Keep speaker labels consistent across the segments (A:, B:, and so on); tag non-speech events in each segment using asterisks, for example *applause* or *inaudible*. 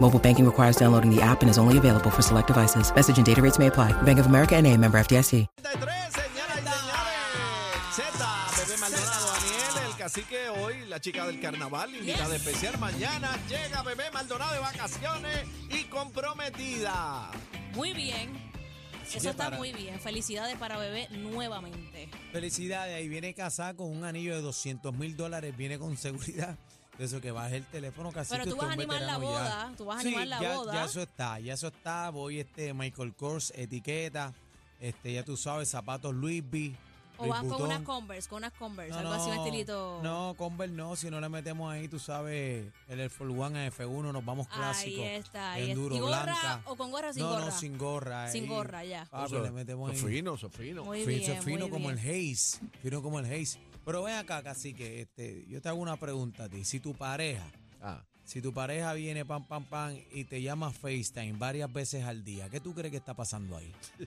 A: Mobile banking requires downloading the app and is only available for select devices. Message and data rates may apply. Bank of America and a member FDIC.
B: 33, señoras y señores. Z, Bebé Maldonado, Daniel, el cacique hoy, la chica del carnaval, invitada especial. Mañana llega Bebé Maldonado de vacaciones y comprometida.
C: Muy bien. Eso está muy bien. Felicidades para bebé nuevamente.
D: Felicidades, ahí viene casada con un anillo de 200 mil dólares, viene con seguridad. De eso que baje el teléfono este casi.
C: Pero tú vas a animar la boda, tú vas a animar la
D: ya,
C: boda.
D: Ya
B: Ah,
D: eso está, ya eso está. Voy este Michael Kors, etiqueta, este, ya tú sabes, zapatos Louis V.
C: O vas con unas Converse, con unas Converse, algo así, un estilito.
D: No, Converse no, si no le metemos ahí, tú sabes, el Air Force One en F1, nos vamos clásicos.
C: Ahí está, ahí
D: en
C: está.
D: duro,
C: ¿Y gorra
D: blanca.
C: o con gorra o sin
D: no,
C: gorra?
D: No, sin gorra.
C: Sin
D: ahí.
C: gorra, ya.
D: Papi, Ah, le metemos ahí.
B: fino, eso es fino.
C: Muy
D: Fino,
C: bien,
D: fino
C: muy
D: como
C: bien.
D: el Haze, fino como el Haze. Pero ven acá, cacique, este, yo te hago una pregunta a ti. Si tu pareja,
B: Ah,
D: si tu pareja viene pam pam pam y te llama FaceTime varias veces al día, ¿qué tú crees que está pasando ahí? Ah,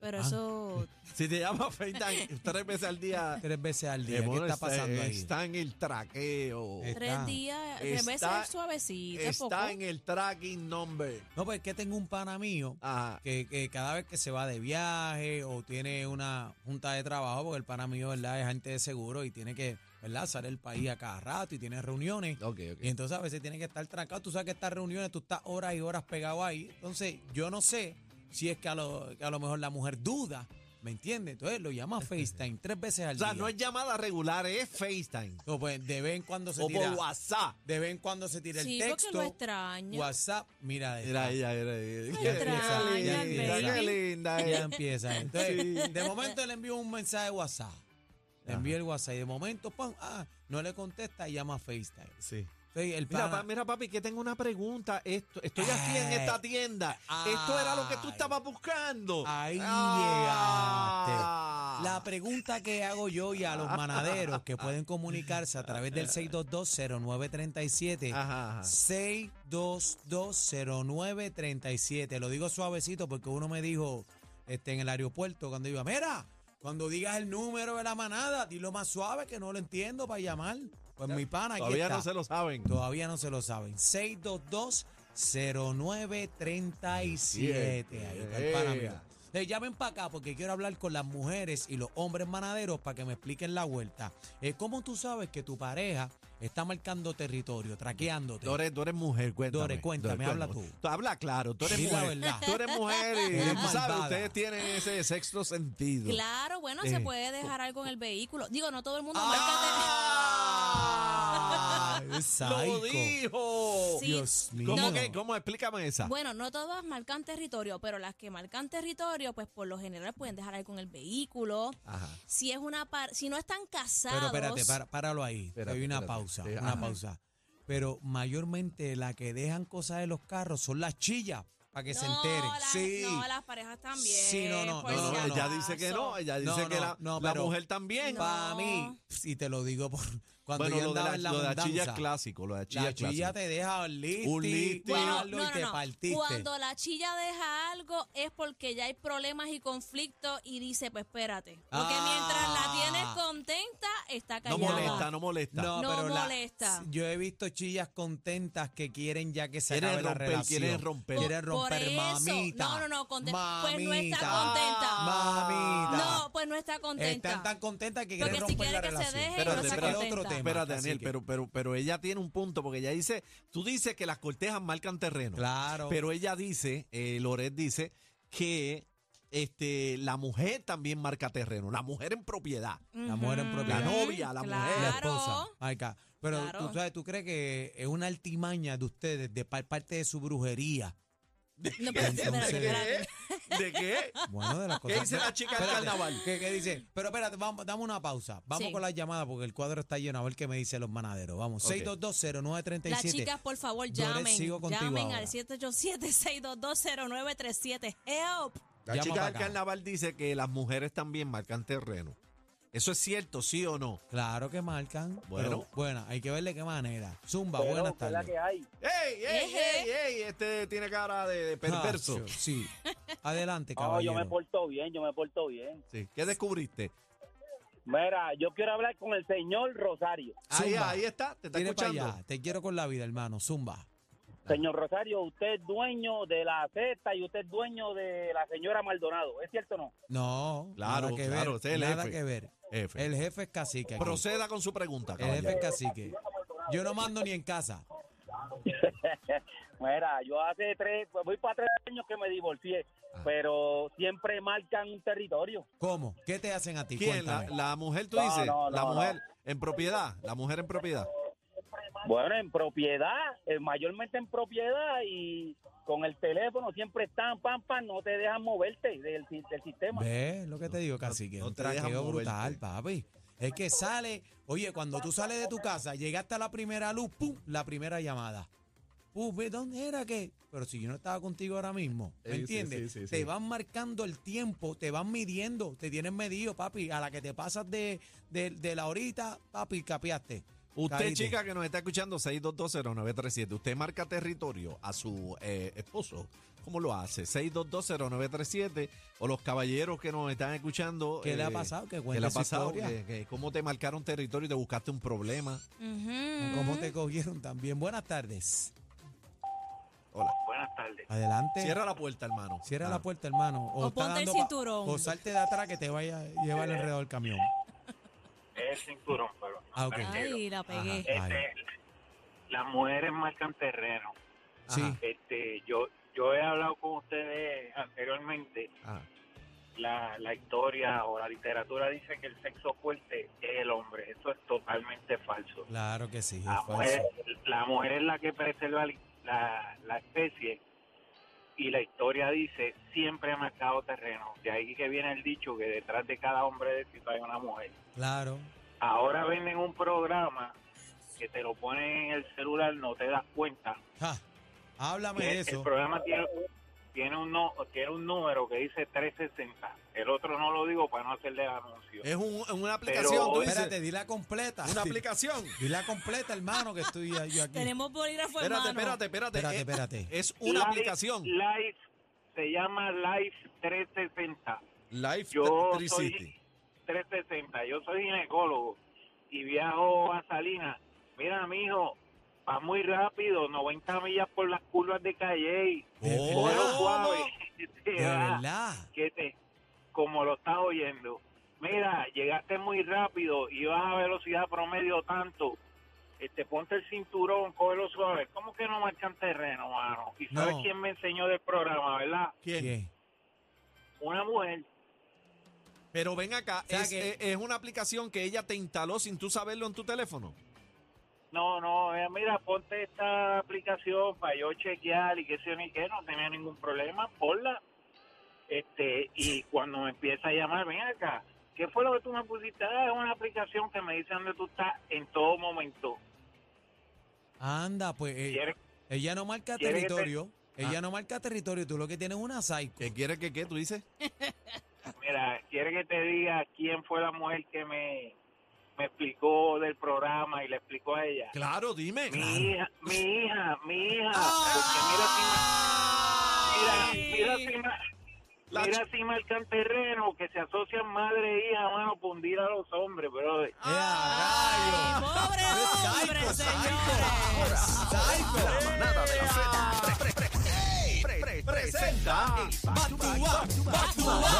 C: Pero
D: *laughs*
C: eso...
B: Si te llama *laughs* FaceTime tres veces al día,
D: Tres veces al día, ¿qué
B: demonio,
D: está pasando ahí?
B: está en el traqueo.
D: Eh,
C: Tres
D: Está-
C: días, tres veces
B: está-
C: es suavecito, es poco.
B: Está en el tracking number.
D: No, pues es que tengo un pana mío
B: Ajá.
D: que, que cada vez que se va de viaje o tiene una junta de trabajo, porque el pana mío, ¿verdad? Es gente de seguro y tiene que, ¿verdad? Salir del país a cada rato y tiene reuniones.
B: Ok,
D: Y entonces a veces tienen que estar trancados. Tú sabes que estas reuniones, tú estás horas y horas pegado ahí. Entonces, yo no sé si es que a lo, que a lo mejor la mujer duda, ¿me entiendes? Entonces
B: *laughs*
D: lo llama a FaceTime tres veces al
B: O sea,
D: día.
B: no es llamada regular, es FaceTime.
D: No, pues, de vez en cuando se
B: O
D: tira.
B: por WhatsApp.
D: De vez en cuando se tira
C: Sí,
D: el
C: porque lo
D: texto.
C: extraño.
D: WhatsApp, mira esta.
B: Mira ella, mira ella.
C: Ay, extraña,
B: Qué linda,
C: baby.
B: qué linda. eh.
D: Ya
B: ella.
D: empieza. Entonces, de momento le envío un mensaje de WhatsApp. Le
B: Ajá.
D: envío el WhatsApp y de momento, pam, ah, no le contesta y llama a FaceTime.
B: Sí.
D: Entonces, el
B: Mira,
D: pana-
B: pa- mira, papi, que tengo una pregunta. Esto, estoy aquí en
D: Ay.
B: esta tienda. Esto era lo que tú
D: Eh. Ay.
B: estabas buscando.
D: Ahí
B: Ah.
D: llegaste. La pregunta que hago yo y a los manaderos que pueden comunicarse a
B: *laughs*
D: través del 6220937.
B: Ajá, ajá.
D: 6220937. Lo digo suavecito porque uno me dijo este, en el aeropuerto cuando iba, mira, cuando digas el número de la manada, dilo más suave que no lo entiendo para llamar. Pues mi pana, aquí
B: Todavía
D: está.
B: no se lo saben.
D: Todavía no se lo saben. 622-0937. Ahí está el pana, mira. Eh, llamen para acá porque quiero hablar con las mujeres y los hombres manaderos para que me expliquen la vuelta. Eh, ¿Cómo tú sabes que tu pareja está marcando territorio, traqueándote?
B: Dore, tú eres mujer, cuéntame.
D: Dore, cuéntame, habla tú.
B: Habla claro, tú eres
D: Di la
B: mujer.
D: verdad.
B: Tú eres mujer y
D: *laughs* Eres
B: tú sabes,
D: malvada.
B: ustedes tienen ese sexto sentido.
C: Claro, bueno, se
B: Eh.
C: puede dejar algo en el vehículo. Digo, no todo el mundo
B: ¡Ah!
D: Ay, *laughs*
B: ¡Lo
D: psycho.
B: dijo!
C: Sí.
D: Dios mío.
B: ¿Cómo
C: No.
B: que? ¿Cómo? Explícame esa.
C: marca... Bueno, no todas marcan territorio, pero las que marcan territorio, pues por lo general pueden dejar algo en el vehículo.
B: Ajá.
C: Si es una par... si no están casados...
D: Ah. Pero espérate, para- páralo ahí.
B: Espérate,
D: Hay una
B: espérate.
D: pausa,
B: Sí,
D: una
B: ajá.
D: pausa. Pero mayormente la que dejan cosas de los carros son las chillas para que se
C: No,
D: enteren.
C: las-
D: sí.
C: No, las parejas también.
D: Sí, no, no,
C: por
B: No,
D: no,
C: si
B: no, ella
C: acaso.
B: dice que no, ella dice
D: No,
B: que
D: no,
B: la,
D: no,
B: la
D: pero-
B: mujer también.
D: Para mí,
C: No.
D: y te lo digo por *laughs* cuando
B: Bueno,
D: yo
B: lo de,
D: andaba
B: la,
D: en la
B: lo de la
D: mundanza,
B: chilla es clásico, lo de la chilla
D: la
B: es
D: chilla
B: clásico.
D: te deja listo,
B: Un listi.
C: Bueno,
D: y
C: no,
D: te
C: no, no.
D: partiste.
C: Cuando la chilla deja algo es porque ya hay problemas y conflictos y dice, pues espérate. Porque
D: Ah.
C: mientras la tienes contenta, está
B: No
C: callada.
B: molesta, no molesta.
D: no,
C: No
D: pero la-
C: molesta.
D: yo he visto chillas contentas que quieren ya que se
B: Quieren
D: acabe
B: romper,
D: la relación.
B: quieren romper.
D: Quieren
C: Por- por
D: romper,
C: eso.
D: mamita.
C: No, no, no, conte- pues no está
D: mamita,
C: contenta.
D: Mamita.
C: No, pues no está contenta.
D: Están tan contentas que quieren
C: Porque si
D: romper la
C: quiere que se
D: relación.
C: deje,
B: Espérate,
C: no se
B: espérate.
C: contenta.
D: Otro tema,
B: Espérate,
D: así
B: Daniel,
D: que-
B: pero, pero, pero ella tiene un punto, porque ella dice, tú dices que las cortejas marcan terreno.
D: Claro.
B: Pero ella dice, eh, Loret dice, que este, la mujer también marca terreno, la mujer en propiedad.
D: La mujer en
C: Ujú.
D: propiedad.
B: La novia, la
C: Claro.
B: mujer.
D: la esposa. Marca. Pero
C: Claro.
D: tú sabes, tú crees que es una altimaña de ustedes, de par- parte de su brujería.
C: No, pero espérate,
D: Entonces-
C: espérate.
B: ¿De
C: *laughs*
B: qué?
D: Bueno, de las
B: ¿Qué
D: cosas.
B: dice la chica del
D: Espérate,
B: carnaval?
D: ¿Qué, qué dice? Pero espérate, vamos, dame una pausa. Vamos
C: Sí.
D: con las llamadas porque el cuadro está lleno. A ver qué me dicen los manaderos. Vamos,
B: Ok.
D: 6220937.
C: Las chicas, por favor,
D: Yo les
C: llamen.
D: sigo contigo
C: Llamen
D: ahora.
C: al 787-622-0937. Help.
B: La
D: Llama
B: chica
D: para
B: del
D: acá.
B: carnaval dice que las mujeres también marcan terreno. ¿Eso es cierto, sí o no?
D: Claro que marcan.
B: Bueno.
D: Pero, bueno, hay que verle qué manera. Zumba,
E: Pero,
D: buenas
E: ¿qué es la
D: tardes.
E: que hay?
B: este ¡Ey, ey,
C: Eje.
B: ey, ey! Este tiene cara de, de perverso.
D: Ah, sí. Adelante,
E: *laughs* No, yo
D: caballero.
E: me porto bien, yo me porto bien.
B: Sí. ¿Qué descubriste?
E: Mira, yo quiero hablar con el señor Rosario.
B: Ahí,
D: Zumba.
B: ahí está, te está
D: Tire para
B: escuchando.
D: allá. Te quiero con la vida, hermano. Zumba.
E: Señor Rosario, usted es dueño de la Z y usted es dueño de la señora Maldonado. ¿Es cierto o no?
D: No,
B: Claro,
D: nada que
B: claro,
D: ver.
B: usted es el
D: nada
B: jefe.
D: que ver.
B: Jefe.
D: El jefe es cacique. aquí.
B: Proceda con su pregunta,
D: El jefe es
B: caballero.
D: cacique. Yo no mando ni en casa.
E: Mira, yo hace tres, pues voy para tres años que me divorcié,
B: Ah.
E: pero siempre marcan un territorio.
D: ¿Cómo? ¿Qué te hacen a ti?
B: ¿Quién? La,
D: Cuéntame.
B: la mujer, tú
E: No,
B: dices?
E: no,
B: la
E: no,
B: mujer en propiedad. La mujer en propiedad.
E: Bueno, en propiedad, eh, mayormente en propiedad y con el teléfono siempre están, pam, pam, no te dejan moverte del, si- del sistema.
D: ¿Ves lo que te digo, cacique?
B: no
D: un
B: te dejan
D: traqueo
B: moverte.
D: brutal, papi. Es que sale, oye, cuando tú sales de tu casa, llegaste a la primera luz, pum, la primera llamada. Pum, ve, ¿dónde era que? Pero si yo no estaba contigo ahora mismo, ¿me
B: Sí, sí,
D: entiendes?
B: sí, sí,
D: te
B: sí.
D: van marcando el tiempo, te van midiendo, te tienen medido, papi. A la que te pasas de, de, de la horita, papi, capiaste.
B: Usted,
D: Caíste.
B: chica, que nos está escuchando, 6220937, usted marca territorio a su eh, esposo. ¿Cómo lo hace? 6220937 o los caballeros que nos están escuchando.
D: ¿Qué le ha
B: eh,
D: pasado? Que
B: ¿Qué
D: cuente
B: le ha
D: su
B: pasado? Eh.
D: historia.
B: ¿Qué- qué- ¿Cómo te marcaron territorio y te buscaste un problema?
C: Ujú.
D: ¿Cómo te cogieron también? Buenas tardes.
B: Hola.
E: Buenas tardes.
D: Adelante.
B: Cierra la puerta, hermano.
D: Cierra
B: Ah.
D: la puerta, hermano.
C: O
D: está
C: ponte el
D: pa-
C: cinturón.
D: O salte de atrás que te vaya a llevar alrededor del camión.
F: Es cinturón, pero no,
D: Ah, ok.
F: tranquilo.
C: Ay, la pegué.
D: Ajá. Ay.
F: Este, las mujeres marcan terreno.
D: Sí.
B: Ajá.
F: Este, yo, yo he hablado con ustedes anteriormente.
B: Ah,
F: La, la historia o la literatura dice que el sexo fuerte es el hombre. Eso es totalmente falso.
D: Claro que sí. es
F: La mujer,
D: falso.
F: la mujer es la que preserva la- la, la especie y la historia dice siempre ha marcado terreno. De ahí que viene el dicho que detrás de cada hombre de éxito hay una mujer.
D: Claro.
F: Ahora venden un programa que te lo ponen en el celular, no te das cuenta.
D: Ja. Háblame de
F: El, el
D: eso.
F: programa tiene, tiene, un no, tiene un número que dice 360. El otro no lo digo para no hacerle anuncio.
B: Es un- es una aplicación, tú dices.
D: Espérate, di la completa.
B: Una
D: Di-
B: aplicación.
E: Pues,
D: Di la completa, hermano, que estoy yo aquí.
C: Tenemos bolígrafo en
B: Espérate,
C: mano.
B: espérate, espérate.
D: Espérate,
B: Eh,
D: espérate.
B: Es una
F: Life-
B: aplicación.
F: Life, se llama Life 360.
B: Life
F: Yo
B: 360.
F: soy 360, yo soy ginecólogo y viajo a Salinas. Mira, mijo, va muy rápido, 90 millas por las curvas de Calle.
D: De
B: Oh.
F: Pero
D: verdad,
F: suave. *laughs* Te
D: de
F: va,
D: verdad.
F: que te- como lo estás oyendo. Mira, llegaste muy rápido y vas a velocidad promedio tanto. Este, ponte el cinturón, cógelo suave. ¿Cómo que no marcan terreno, mano? ¿Y
D: No.
F: sabes quién me enseñó del programa, verdad?
B: ¿Quién?
D: ¿Qué?
F: Una mujer.
B: Pero ven acá,
D: O sea
B: es, eh,
D: que-
B: es- es una aplicación que ella te instaló sin tú saberlo en tu teléfono.
F: No, no, eh, mira, ponte esta aplicación para yo chequear y qué sé yo ni qué, no tenía ningún problema, ponla. Este, y cuando me empieza a llamar, ven acá, ¿qué fue lo que tú me pusiste? Ah, es una aplicación que me dice dónde tú estás en todo momento.
D: Anda, pues. eh,
F: ¿Quieres?
D: ella no marca
F: ¿Quieres que te-
D: territorio. Ella no marca territorio. Tú lo que tienes es una psycho.
B: ¿Qué quieres que qué? ¿Tú dices?
F: Mira, ¿quieres que te diga quién fue la mujer que me, me explicó del programa y le explicó a ella?
B: Claro, dime.
F: Mi hija, mi hija, mi hija, porque mira si... Mira, mira si ma-
B: La
F: Mira si marcan terreno que se asocian madre e hija, mano, para hundir a los hombres, brother.
D: ¡Eh,
C: Ah.
D: a rayos!
C: Pobre hombre,
D: Psycho,
C: señores.
D: psycho. Psycho.
B: La manada de la Z pre- pre- pre- pre- pre- presenta el Back to Back, Back to Back.